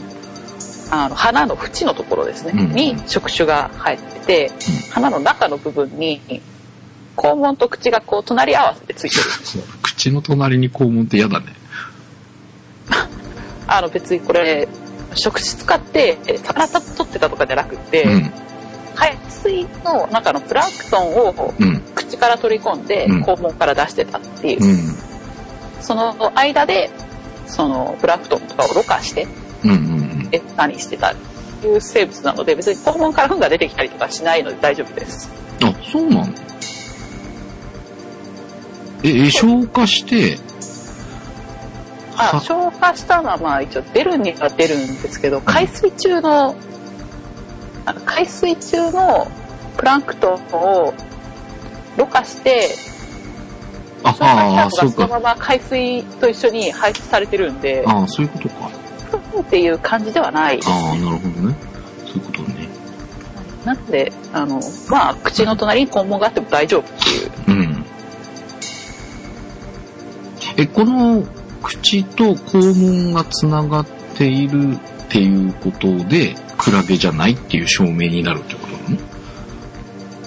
Speaker 1: あの、花の縁のところですね、
Speaker 2: うん
Speaker 1: に触手が生えてて、
Speaker 2: う
Speaker 1: 花の中の部分に、肛門と口がこう、隣り合わせてついてる。
Speaker 2: 口の隣に肛門って嫌だね。
Speaker 1: あの別にこれ、食事使って、え魚た取ってたとかじゃなくて、
Speaker 2: うん、
Speaker 1: 海水の中のプランクトンを
Speaker 2: うん、
Speaker 1: 口から取り込んで、
Speaker 2: うん
Speaker 1: 肛門から出してたっていうう、
Speaker 2: ん、
Speaker 1: その間で、そのプランクトンとかをろ過して、
Speaker 2: うん、うん。
Speaker 1: 餌にしてたっていう生物なので、別に肛門から糞が出てきたりとかしないので大丈夫です。
Speaker 2: あ、そうなのえ、え消化して、
Speaker 1: あ
Speaker 2: は
Speaker 1: 消化したのはまあ一応出るには出るんですけど、海水中の、あの海水中のプランクトンをろ過して、
Speaker 2: あ、
Speaker 1: 消化した
Speaker 2: ああ、
Speaker 1: の
Speaker 2: そ
Speaker 1: が
Speaker 2: う
Speaker 1: その
Speaker 2: か。
Speaker 1: まま海水と一緒に排出されてるんで、
Speaker 2: ああ、そういうことか。
Speaker 1: ふんっていう感じではないです
Speaker 2: ああ、
Speaker 1: ね。
Speaker 2: なるほどね。そういうことね。
Speaker 1: なので、あの、まあ、口の隣に肛門があっても大丈夫っていう。
Speaker 2: うん。え、この口と肛門がつながっているっていうことで、クラゲじゃないっていう証明になるってことなの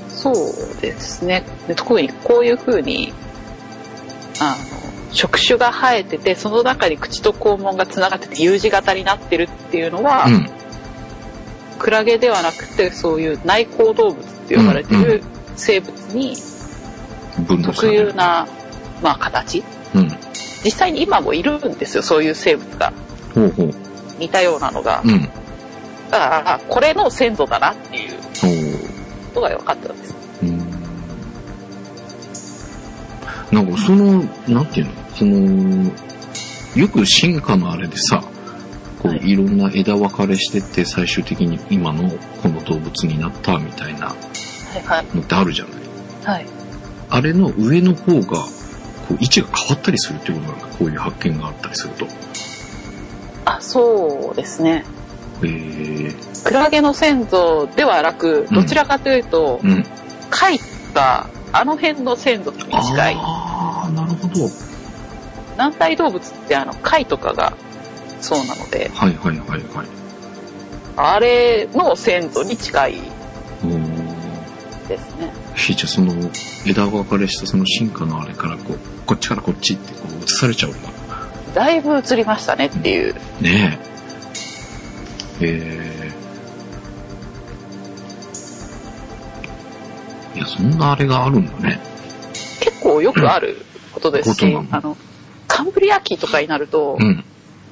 Speaker 1: そうですね。で特にこういう風に、あの、触手が生えてて、その中に口と肛門がつながってて U 字型になってるっていうのは、
Speaker 2: うん。
Speaker 1: クラゲではなくて、そういう内向動物って呼ばれて
Speaker 2: うんう
Speaker 1: る生物に
Speaker 2: 分類さ
Speaker 1: 特
Speaker 2: れて
Speaker 1: 有
Speaker 2: る。
Speaker 1: な、まあ、形。
Speaker 2: うん。
Speaker 1: 実際に今もいるんですよ、そういう生物が。
Speaker 2: ほうほう。
Speaker 1: 似たようなのが。
Speaker 2: うん。
Speaker 1: だから、あこれの先祖だなっていう
Speaker 2: ほう。
Speaker 1: ことが分かったんです。
Speaker 2: うんなんかその、なんていうのその、よく進化のあれでさ、こう
Speaker 1: はい
Speaker 2: いろんな枝分かれしてって最終的に今のこの動物になったみたいな
Speaker 1: はいはい
Speaker 2: のってあるじゃない。
Speaker 1: はい
Speaker 2: あれの上の方が、こう位置が変わったりするってことなんか、こういう発見があったりすると。
Speaker 1: あそうですね
Speaker 2: えー、
Speaker 1: クラゲの先祖ではなくどちらかというと、
Speaker 2: うん。
Speaker 1: 貝があの辺の先祖に近い
Speaker 2: ああ、なるほど。
Speaker 1: 軟体動物ってあの貝とかがそうなので
Speaker 2: はいはいはいはい。
Speaker 1: あれの先祖に近い
Speaker 2: おー
Speaker 1: ですね
Speaker 2: ひーちゃん、その、枝分かれしたその進化のあれから、こう、こっちからこっちってこう移されちゃうのか
Speaker 1: だいぶ移りましたねっていう
Speaker 2: ねえ。えー。いや、そんなあれがあるんだね。
Speaker 1: 結構よくあることですし、
Speaker 2: ことなの
Speaker 1: あのカンブリア紀とかになると、
Speaker 2: うん。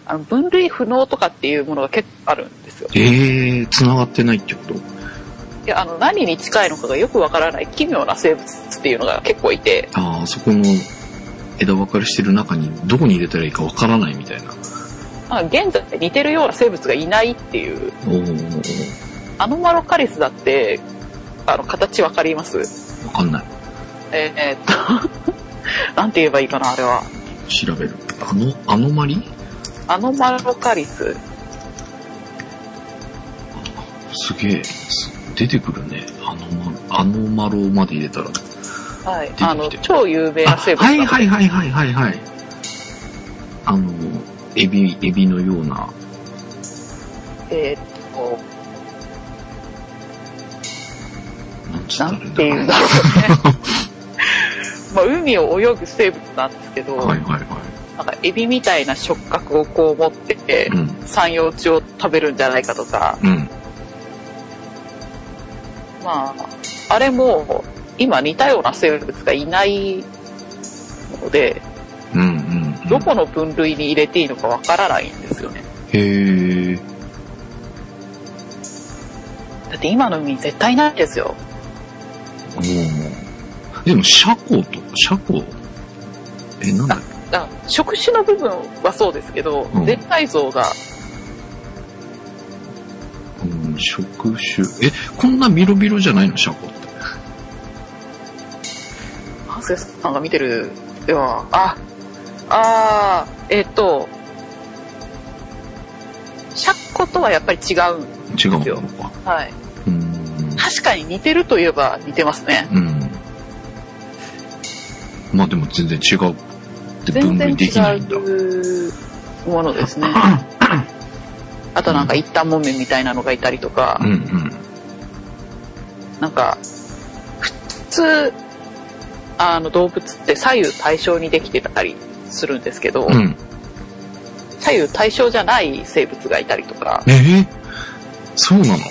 Speaker 1: あの分類不能とかっていうものが結構あるんですよ
Speaker 2: ええー、繋がってないってこと
Speaker 1: いやあの何に近いのかがよくわからない奇妙な生物っていうのが結構いて
Speaker 2: ああ、そこの枝分かれしてる中にどこに入れたらいいかわからないみたいな。
Speaker 1: まあ現在似てるような生物がいないっていう
Speaker 2: おー、
Speaker 1: アノマロカリスだってあの形わかります
Speaker 2: わかんない。
Speaker 1: えーえーっと なんて言えばいいかなあれは
Speaker 2: 調べる。あの、アノマリ
Speaker 1: アノマロカリス
Speaker 2: すげえ。す出てくるね。アノマ、アノマロまで入れたら。
Speaker 1: はい
Speaker 2: てきて
Speaker 1: あの超有名
Speaker 2: あ
Speaker 1: な生物
Speaker 2: はい
Speaker 1: なの
Speaker 2: はいはいはいはいはい。あの、エビ、エビのような。
Speaker 1: えーっと
Speaker 2: なんつった
Speaker 1: な
Speaker 2: らい
Speaker 1: んてい
Speaker 2: い
Speaker 1: うんん
Speaker 2: だ
Speaker 1: だ
Speaker 2: ろ
Speaker 1: ろ うね。まあ、海を泳ぐ生物なんですけど、
Speaker 2: う。はいはいは
Speaker 1: なんかエビみたいな触覚をこう持ってて
Speaker 2: い。う、ん。
Speaker 1: 山陽地を食べるんじゃないかとか、
Speaker 2: うん。
Speaker 1: まあ、あれも今似たような生物がいないので、
Speaker 2: うんうん、うん。
Speaker 1: どこの分類に入れていいのかわからないんですよね。
Speaker 2: へえ。
Speaker 1: だって今の海絶対ないですよ。
Speaker 2: おーでも、シャコと、シャコ。え、なんだっけ
Speaker 1: だから触手の部分はそうですけど、
Speaker 2: うん
Speaker 1: 全体像が、
Speaker 2: うん、触手。え、こんなビロビロじゃないのシャコって。
Speaker 1: ハセさんが見てるでは、あ、あー、えっ、と、シャッコとはやっぱり違う。
Speaker 2: 違うのか。
Speaker 1: はい。
Speaker 2: うん。
Speaker 1: 確かに似てるといえば似てますね。
Speaker 2: うん。まあでも全然違うって
Speaker 1: 全
Speaker 2: 分
Speaker 1: 然
Speaker 2: 類できないんだ。
Speaker 1: 違うものですね。あとなんか一旦もめみたいなのがいたりとか
Speaker 2: うん、うん。
Speaker 1: なんか、普通、あの動物って左右対称にできてたりするんですけど、
Speaker 2: うん。
Speaker 1: 左右対称じゃない生物がいたりとか、
Speaker 2: えーそうなの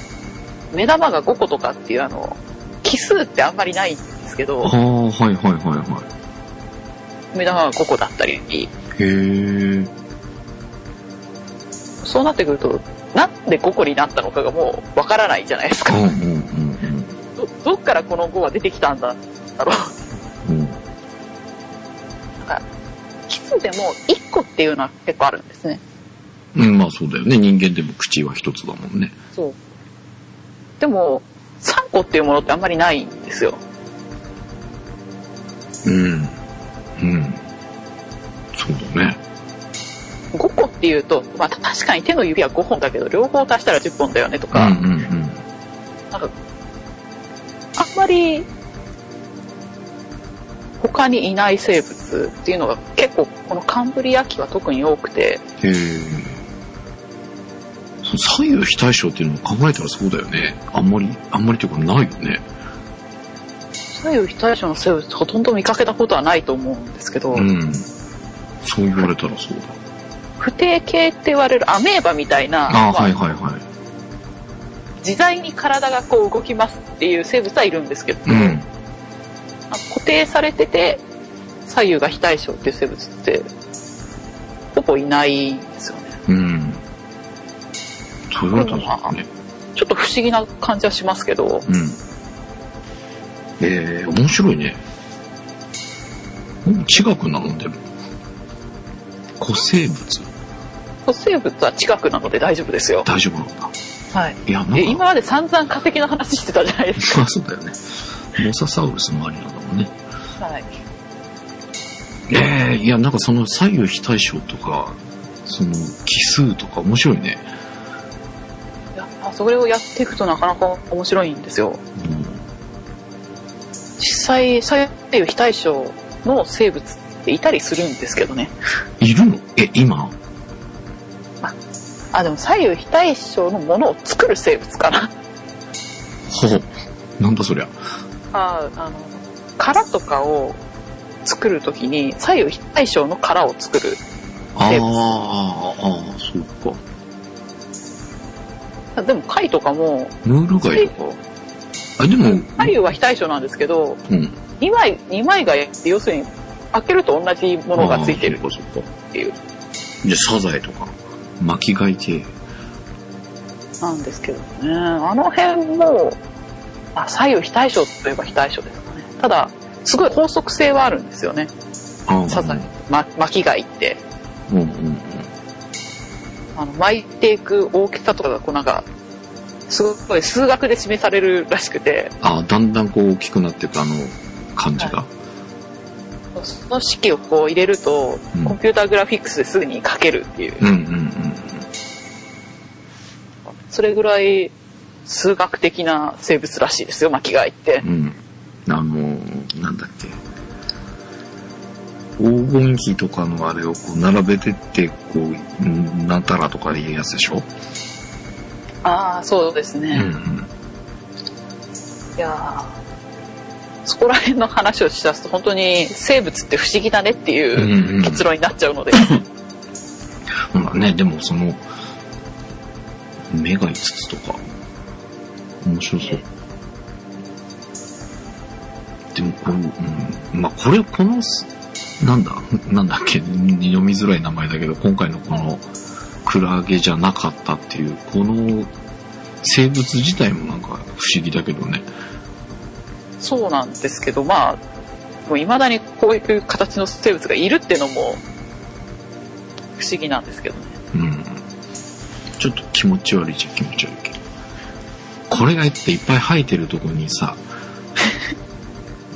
Speaker 1: 目玉が5個とかっていうあの奇数ってあんまりないんですけど
Speaker 2: ああ、はいはいはいは
Speaker 1: 目玉が5個だったり
Speaker 2: い。へえ。
Speaker 1: そうなってくるとなんで5個になったのかがもうわからないじゃないです
Speaker 2: う
Speaker 1: か
Speaker 2: んうんうん
Speaker 1: どどっからこの5は出てきたんだろ
Speaker 2: うん。うん
Speaker 1: うなんか奇数でも1個っていうのは結構あるんですね
Speaker 2: うん、まあそうだよね。人間でも口は一つだもんね。
Speaker 1: そうでも3個っていうものってあんまりないんですよ
Speaker 2: うん。うん。そうだね。
Speaker 1: 5個っていうと、まあ、確かに手の指は5本だけど両方足したら10本だよねと
Speaker 2: う
Speaker 1: か、
Speaker 2: んうんうん。
Speaker 1: なんか、あんまり、他にいない生物っていうのが結構このカンブリア紀は特に多くて、
Speaker 2: へえ。その左右非対称っていうのを考えたらそうだよね。あんまり、あんまりっていうかないよね。
Speaker 1: 左右非対称の生物ほとんど見かけたことはないと思うんですけど、
Speaker 2: うん。そう言われたらそうだ。
Speaker 1: 不定形って言われるアメーバみたいな、
Speaker 2: ああ、
Speaker 1: まあ
Speaker 2: はいはいはい。
Speaker 1: 自在に体がこう動きますっていう生物はいるんですけど、
Speaker 2: うん。
Speaker 1: あ固定されてて左右が非対称っていう生物ってほぼいないんですよね。
Speaker 2: うん。そう言われたらそうだね。
Speaker 1: ちょっと不思議な感じはしますけど、
Speaker 2: うん。えー、面白いね。もう地学なのでも。古生物
Speaker 1: 古生物は近くなので大丈夫ですよ。
Speaker 2: 大丈夫なんだ。
Speaker 1: はい。
Speaker 2: いや、なんか、
Speaker 1: え今まで散々化石の話してたじゃないです
Speaker 2: まあ そうだよね。モササウルスもありなんだもんね。
Speaker 1: か。はい。
Speaker 2: ええいや、なんかその左右非対称とか、その奇数とか面白いね。
Speaker 1: いやあそれをやっていくとなかなか面白いんですよ。
Speaker 2: うん
Speaker 1: 実際、左右非対称の生物っていたりするんですけどね。
Speaker 2: いるのえ、今
Speaker 1: あ、でも左右非対称のものを作る生物かな。
Speaker 2: ほう。なんだそりゃ。
Speaker 1: ああの、殻とかを作るときに左右非対称の殻を作る。
Speaker 2: あ
Speaker 1: 生
Speaker 2: ー
Speaker 1: 物
Speaker 2: あー、あーそうか。
Speaker 1: あでも貝とかも、
Speaker 2: ムール貝とか。あ、でも、
Speaker 1: 左右は非対称なんですけど、
Speaker 2: うん。
Speaker 1: 2枚、二枚が要するに開けると同じものがついてる
Speaker 2: あーそっかそっか。
Speaker 1: っていう、
Speaker 2: じゃあサザエとか、巻貝系。
Speaker 1: なんですけどね。あの辺も、あ、左右非対称といえば非対称ですかね。ただ、すごい法則性はあるんですよね。
Speaker 2: あー
Speaker 1: サザエ。、ま、巻き貝って。
Speaker 2: うんうんうん。
Speaker 1: あの、巻いていく大きさとかが、こうなんか、すごい数学で示されるらしくて、
Speaker 2: あーだんだんこう大きくなっていくあの感じが。
Speaker 1: その式をこう入れると、
Speaker 2: うん
Speaker 1: コンピューターグラフィックスですぐに書けるっていう、
Speaker 2: うんうんうん。
Speaker 1: それぐらい数学的な生物らしいですよ、巻き貝って。
Speaker 2: うん。あの、なんだっけ。黄金比とかのあれをこう並べてって、こう、んなんたらとかいうやつでしょ
Speaker 1: ああ、そうです
Speaker 2: う
Speaker 1: ね。いやーそこら辺の話をしだすと、本当に生物って不思議だねって
Speaker 2: うん
Speaker 1: いう
Speaker 2: うん。
Speaker 1: 結論になっちゃうの で、
Speaker 2: うん。まあね、でもその、目が5つとか、面白そう。でもこれ、うん。まあこれ、このす、なんだ、なんだっけ、に読みづらい名前だけど、今回のこの、クラゲじゃなかったっていう、この、生物自体もなんか不思議だけどね。
Speaker 1: そうなんですけど、まあ、もう未だにこういう形の生物がいるっていうのも不思議なんですけどね。
Speaker 2: うん。ちょっと気持ち悪いじゃ気持ち悪いけど。これがいっていっぱい生えてるとこにさ、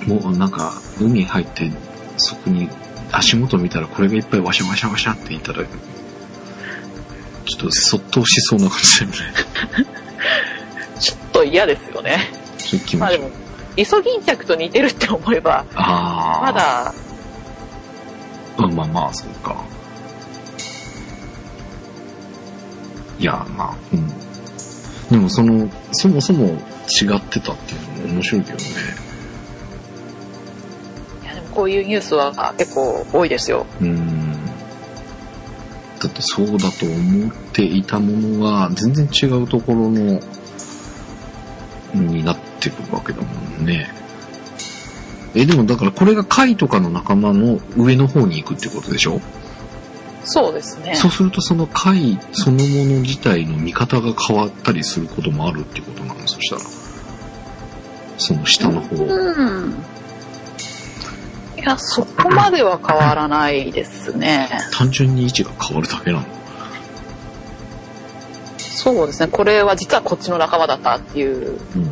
Speaker 2: もうなんか海入ってそこに足元見たらこれがいっぱいワシャワシャワシャっていたら、ちょっとそっとしそうな感じだよね。
Speaker 1: ちょっと嫌ですよね。
Speaker 2: ちょっと気持
Speaker 1: まあ
Speaker 2: ち
Speaker 1: で
Speaker 2: 悪い。
Speaker 1: も、イソギンチャクと似てるって思えば、
Speaker 2: ああ。
Speaker 1: ま。だ、
Speaker 2: うん、まあまあ、そうか。いや、まあ、うん。でもその、そもそも違ってたっていうのも面白いけどね。
Speaker 1: いやでもこういうニュースは結構多いですよ。
Speaker 2: うん。だってそうだと思っていたものが、全然違うところの、になってくるわけだもんね。え、でもだからこれが貝とかの仲間の上の方に行くってことでしょ
Speaker 1: そうですね。
Speaker 2: そうするとその貝そのもの自体の見方が変わったりすることもあるってことなのそしたら。その下の方。
Speaker 1: うん。いや、そこまでは変わらないですね。
Speaker 2: 単純に位置が変わるだけなの。
Speaker 1: そうですね。これは実はこっちの仲間だったっていう
Speaker 2: うん。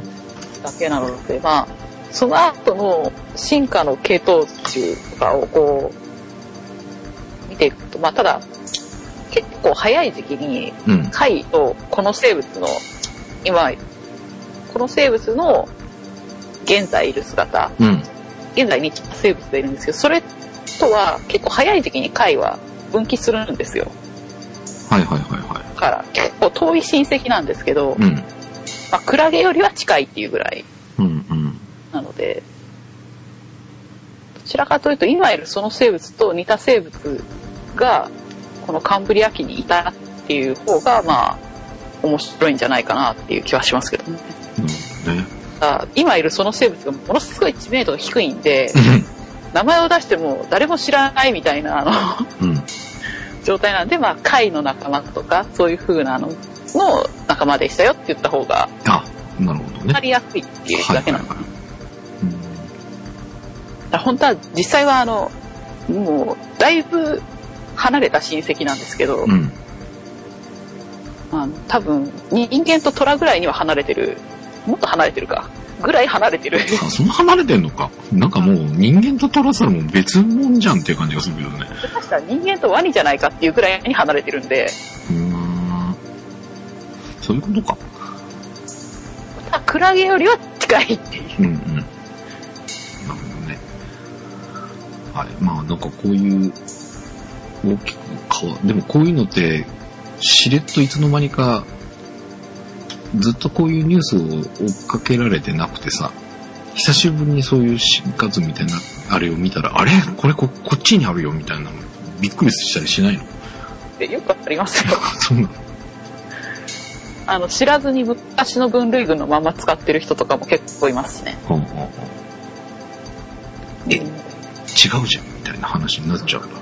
Speaker 1: だけなので、まあ、その後の進化の系統値とかをこう、見ていくと、まあ、ただ、結構早い時期に、
Speaker 2: うん。
Speaker 1: 貝とこの生物の、今、この生物の現在いる姿、
Speaker 2: うん。
Speaker 1: 現在に生物でいるんですけど、それとは結構早い時期に貝は分岐するんですよ。
Speaker 2: はいはいはいは
Speaker 1: だから、結構遠い親戚なんですけど
Speaker 2: い。、うん。
Speaker 1: まあ、クラゲよりは近いっていうぐらい
Speaker 2: うんうん。
Speaker 1: なので、どちらかというと、今いるその生物と似た生物が、このカンブリア紀にいたっていう方が、まあ、面白いんじゃないかなっていう気はしますけどね。
Speaker 2: なる
Speaker 1: あ今いるその生物がものすごい知名度が低いんで、
Speaker 2: ほどね。
Speaker 1: 名前を出しても誰も知らないみたいなあの
Speaker 2: うん。うん。
Speaker 1: 状態なんで、まあ、貝の仲間とか、そういう風なのの仲間でしたよって言った方が、
Speaker 2: あ、なるほどね。
Speaker 1: 分かりやすいっていうだけなんで
Speaker 2: はい
Speaker 1: だから本当は実際はあのもうだいぶ離れた親戚なんですけど、
Speaker 2: うん。
Speaker 1: あの多分人間と虎ぐらいには離れてるもっと離れてるかぐらい離れてる
Speaker 2: あ、そんな離れてんのか。なんかもう人間と取らせたらもう別物じゃんっていう感じがするけどね。
Speaker 1: 下手したら人間とワニじゃないかっていうぐらいに離れてるんで
Speaker 2: うーん。そういうことか。
Speaker 1: クラゲよりは近いっていう
Speaker 2: うんうん。なるほどね。はい。まあなんかこういう、大きく変わ、でもこういうのって、しれっといつの間にか、ずっとこういうニュースを追っかけられてなくてさ、久しぶりにそういう新活みたいな、あれを見たら、あれこれこ、こっちにあるよみたいなの、びっくりしたりしないの
Speaker 1: ってよくありますよ
Speaker 2: そうなの
Speaker 1: あの知らずに昔の分類群のまま使ってる人とかも結構いますしね
Speaker 2: ほうほうほうえ
Speaker 1: うん
Speaker 2: 違うじゃんみたいな話になっちゃうんだ。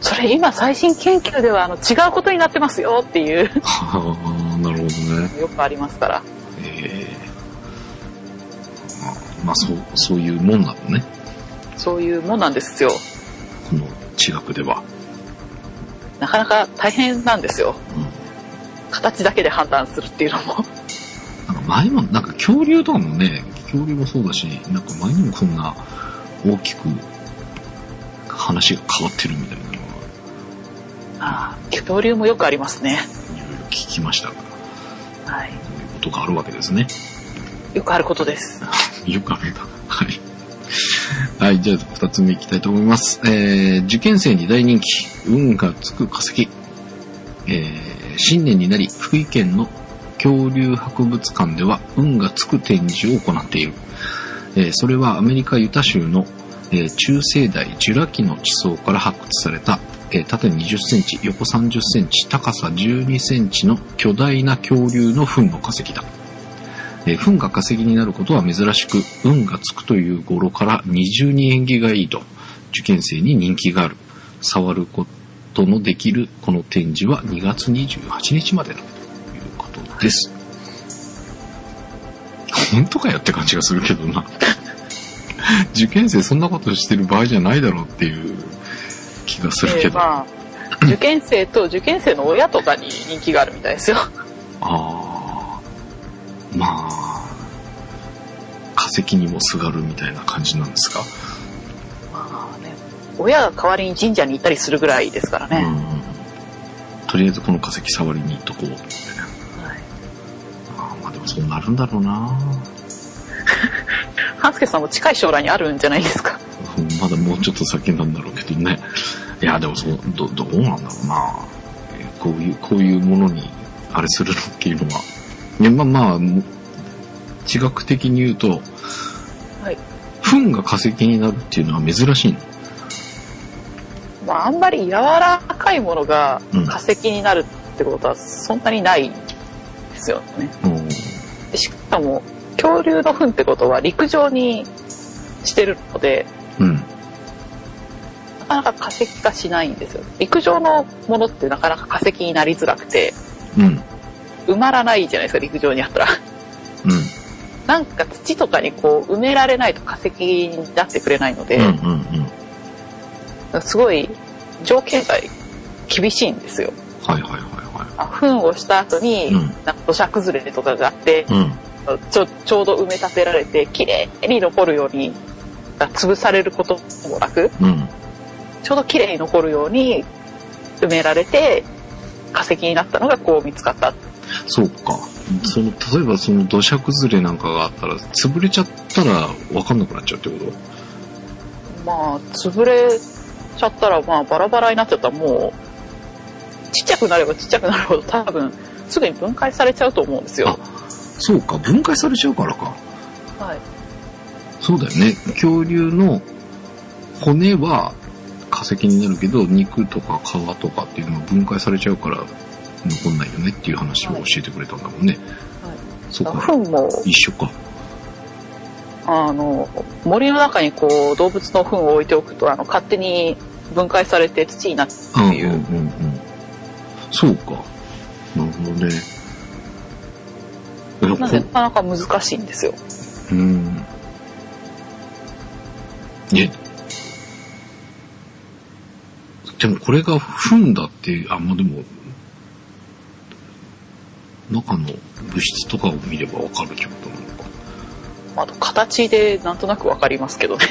Speaker 1: それ今最新研究ではあの違うことになってますよっていう
Speaker 2: は あ、なるほどね。
Speaker 1: よくありますから
Speaker 2: ええまあ、まあ、そう、そういうもんなのね。
Speaker 1: そういうもんなんですよ
Speaker 2: この地学では。
Speaker 1: なかなか大変なんですよ
Speaker 2: うん。
Speaker 1: 形だけで判断するっていうのも
Speaker 2: なんか前も、なんか恐竜とかもね、恐竜もそうだし、なんか前にもこんな大きく話が変わってるみたいなのは、
Speaker 1: ああ恐竜もよくありますね、
Speaker 2: いろいろ聞きましたから、こ
Speaker 1: はい、
Speaker 2: ういうことがあるわけですね。
Speaker 1: よくあることです
Speaker 2: よくあるんだ。はい。はい、じゃあ二つ目いきたいと思います。えー、受験生に大人気、運がつく化石。えー、新年になり、福井県の恐竜博物館では、運がつく展示を行っている。えー、それはアメリカユタ州の、えー中生代ジュラ紀の地層から発掘された、えー縦20センチ、横30センチ、高さ12センチの巨大な恐竜の糞の化石だ。えー糞が化石になることは珍しく、運がつくという頃から二重に縁起がいいと、受験生に人気がある。触ることのできるこの展示は2月28日までだということです。本当かよって感じがするけどな。 受験生そんなことしてる場合じゃないだろうっていう気がする
Speaker 1: え
Speaker 2: け
Speaker 1: ー
Speaker 2: ど。
Speaker 1: まあ受験生と受験生の親とかに人気があるみたいですよ
Speaker 2: ああ。まあ、化石にもすがるみたいな感じなんですか。
Speaker 1: まあね親が代わりに神社に行ったりするぐらいですから
Speaker 2: う
Speaker 1: ね、
Speaker 2: ん。とりあえずこの化石触りに行っとこう。
Speaker 1: はい、
Speaker 2: あーまあでもそうなるんだろうな。
Speaker 1: 半助さんも近い将来にあるんじゃないですか
Speaker 2: うんまだもうちょっと先なんだろうけどね。いや、でもそう、ど、どうなんだろうな。えーこういう、こういうものに、あれするのっていうのは。いや、まあまあ、も地学的に言うと、
Speaker 1: はい。
Speaker 2: 糞が化石になるっていうのは珍しいの。
Speaker 1: まあ、あんまり柔らかいものが
Speaker 2: うん
Speaker 1: 化石になるってことはそんなにないですよね。
Speaker 2: うん
Speaker 1: でしかも恐竜の糞ってことは陸上にしてるので
Speaker 2: うん。
Speaker 1: なかなか化石化しないんですよ。陸上のものってなかなか化石になりづらくて
Speaker 2: うん。
Speaker 1: 埋まらないじゃないですか陸上にあったら。
Speaker 2: うん。
Speaker 1: なんか土とかにこう埋められないと化石になってくれないので、
Speaker 2: うんうんうん。
Speaker 1: すごい条件が厳しいんですよ。
Speaker 2: はいはいはいは
Speaker 1: あ糞をした後に、
Speaker 2: うん
Speaker 1: なんか土砂崩れとかがあって、
Speaker 2: い。うん。
Speaker 1: ちょちょうど埋め立てられて綺麗に残るように潰されることもなく
Speaker 2: うん。
Speaker 1: ちょうど綺麗に残るように埋められて化石になったのがこう見つかった
Speaker 2: そうか。その、例えばその土砂崩れなんかがあったら、潰れちゃったら分かんなくなっちゃうってこと
Speaker 1: まあ潰れちゃったらまあバラバラになっちゃったらもうちっちゃくなればちっちゃくなるほど多分すぐに分解されちゃうと思うんですよ。
Speaker 2: そうか、分解されちゃうからか。
Speaker 1: はい、
Speaker 2: そうだよね。恐竜の骨は化石になるけど、肉とか皮とかっていうのは分解されちゃうから残んないよねっていう話を教えてくれたんだもんね。
Speaker 1: はい
Speaker 2: そうか。
Speaker 1: 糞も
Speaker 2: 一緒か。
Speaker 1: あの森の中にこう動物の糞を置いておくとあの勝手に分解されて土になって
Speaker 2: うんうん
Speaker 1: いう
Speaker 2: うんうん。そうか。なるほどね。いや
Speaker 1: なん
Speaker 2: こ
Speaker 1: でなかなか難しいんですよ。
Speaker 2: うん。え、でもこれがフンだっていう、あ、まあでも、中の物質とかを見ればわかるってことなのか。
Speaker 1: まあ、あと形でなんとなくわかりますけどね。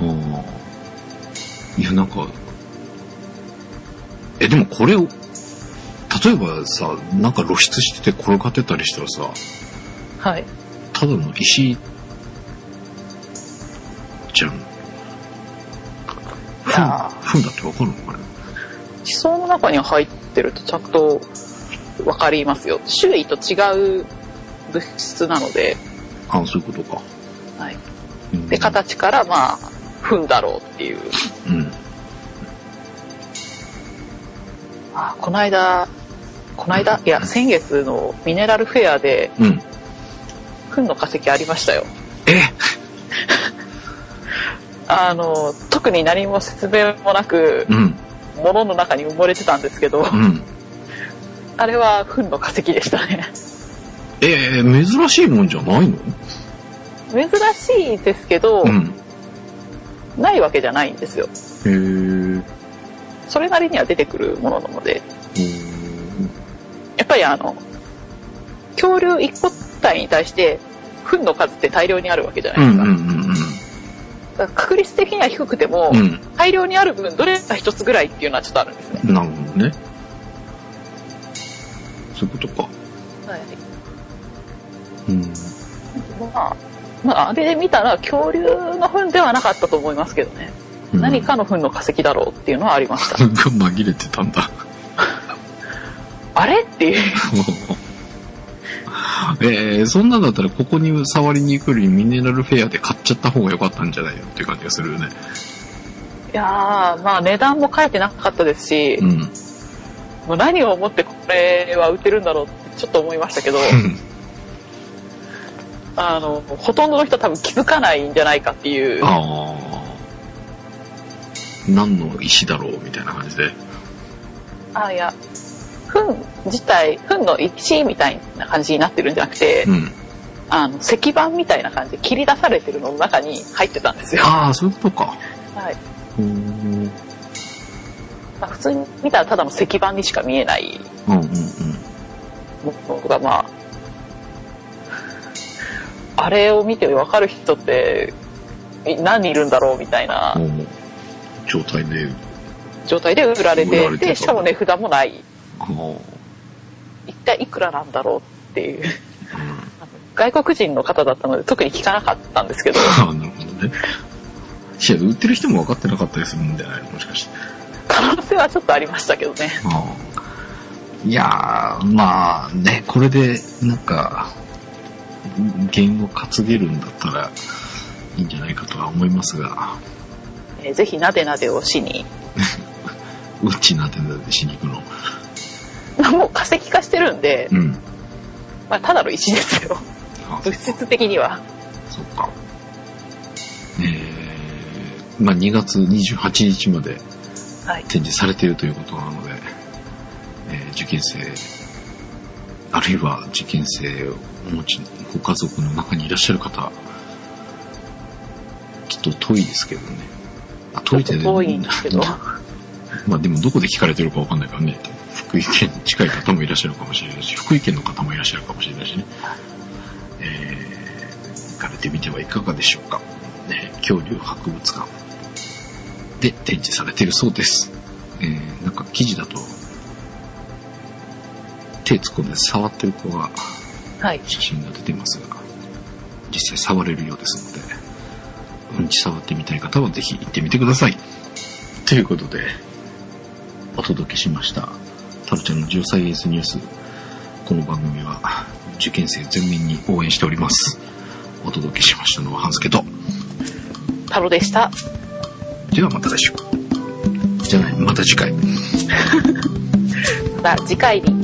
Speaker 2: ああ。いや、なんか、え、でもこれを、例えばさ、なんか露出してて転がってたりしたらさ、
Speaker 1: はい。
Speaker 2: ただの石、じゃん。ふん
Speaker 1: やー、
Speaker 2: ふんだってわかるのかね
Speaker 1: 地層の中に入ってるとちゃんとわかりますよ。種類と違う物質なので、
Speaker 2: ああ、そういうことか。
Speaker 1: はい。
Speaker 2: うん
Speaker 1: で、形からまあ、糞だろうっていう。
Speaker 2: うん。
Speaker 1: あ、この間、この間、いや、先月のミネラルフェアで、
Speaker 2: うん。
Speaker 1: 糞の化石ありましたよ。
Speaker 2: え
Speaker 1: あの、特に何も説明もなく、
Speaker 2: うん。
Speaker 1: 物の中に埋もれてたんですけど、
Speaker 2: うん。
Speaker 1: あれは糞の化石でしたね。
Speaker 2: えー、珍しいもんじゃないの
Speaker 1: 珍しいですけど、
Speaker 2: うん。
Speaker 1: ないわけじゃないんですよ。
Speaker 2: へー
Speaker 1: それなりには出てくるものなので、やっぱりあの、恐竜1個体に対して、糞の数って大量にあるわけじゃな
Speaker 2: う
Speaker 1: いで
Speaker 2: ん
Speaker 1: す
Speaker 2: うん
Speaker 1: か。
Speaker 2: うん
Speaker 1: だから確率的には低くても、
Speaker 2: うん。
Speaker 1: 大量にある分、どれか一つぐらいっていうのはちょっとあるんですね。
Speaker 2: うん。なるほどね。そういうことか。
Speaker 1: はい。
Speaker 2: うん。
Speaker 1: まあ、まあ、あれで見たら恐竜の糞ではなかったと思いますけどね。何かの糞の化石だろうっていうのはありました。
Speaker 2: が 紛れてたんだ。
Speaker 1: あれっていう。
Speaker 2: えー、そんなんだったらここに触りに来るよりミネラルフェアで買っちゃった方が良かったんじゃないよっていう感じがするよね。
Speaker 1: いやー、まあ値段も書いてなかったですし、
Speaker 2: うん。
Speaker 1: もう何を思ってこれは売ってるんだろうってちょっと思いましたけど、あの、ほとんどの人は多分気づかないんじゃないかっていう。
Speaker 2: ああ。何の石だろうみたいな感じで。
Speaker 1: あ、いや、糞自体、糞の石みたいな感じになってるんじゃなくて、
Speaker 2: うん。
Speaker 1: あの、石板みたいな感じで切り出されてるのの中に入ってたんですよ。
Speaker 2: ああ、そういうことか。
Speaker 1: はい。
Speaker 2: うん。
Speaker 1: まあ、普通に見たらただの石板にしか見えない
Speaker 2: うんうんうん。
Speaker 1: ものが、まあ、あれを見て分かる人って、い何人いるんだろうみたいな
Speaker 2: もう、状態で、
Speaker 1: 状態で売られ
Speaker 2: 売
Speaker 1: て
Speaker 2: られてた
Speaker 1: で、しかも値札もない。
Speaker 2: あの、
Speaker 1: 一体いくらなんだろうっていう。外国人の方だったので特に聞かなかったんですけど、
Speaker 2: ああ、なるほどね。いや、売ってる人も分かってなかったりするんじゃないのもしかして。
Speaker 1: 可能性はちょっとありましたけどね。
Speaker 2: うんいやー、まあね、これで、なんか、言語担げるんだったら、いいんじゃないかとは思いますが、
Speaker 1: えーぜひなでなでをしに。
Speaker 2: うちなてなてしに行くの。
Speaker 1: まあもう化石化してるんで、
Speaker 2: うん。
Speaker 1: まあ、ただの石ですよ。
Speaker 2: あ
Speaker 1: 物質的には。
Speaker 2: そっか。えー、まあ2月28日まで
Speaker 1: はい。
Speaker 2: 展示されているということなので、えー受験生、あるいは受験生をお持ちのご家族の中にいらっしゃる方、ちょっと遠いですけどね。あ遠いってね
Speaker 1: ちょっと遠いんですけど
Speaker 2: まあでもどこで聞かれてるかわかんないからね。福井県に近い方もいらっしゃるかもしれないし、福井県の方もいらっしゃるかもしれないしね。えー、行かれてみてはいかがでしょうか。ね、恐竜博物館で展示されているそうです。えー、なんか記事だと、手突っ込んで触ってる子が
Speaker 1: はい。
Speaker 2: 写真が出てますが、実際触れるようですので、うんち触ってみたい方はぜひ行ってみてください。ということで、お届けしました。タロちゃんの重サイエンスニュース。この番組は受験生全面に応援しております。お届けしましたのは半助と。
Speaker 1: タロでした。
Speaker 2: ではまた来週。じゃない、また次回。
Speaker 1: また次回に。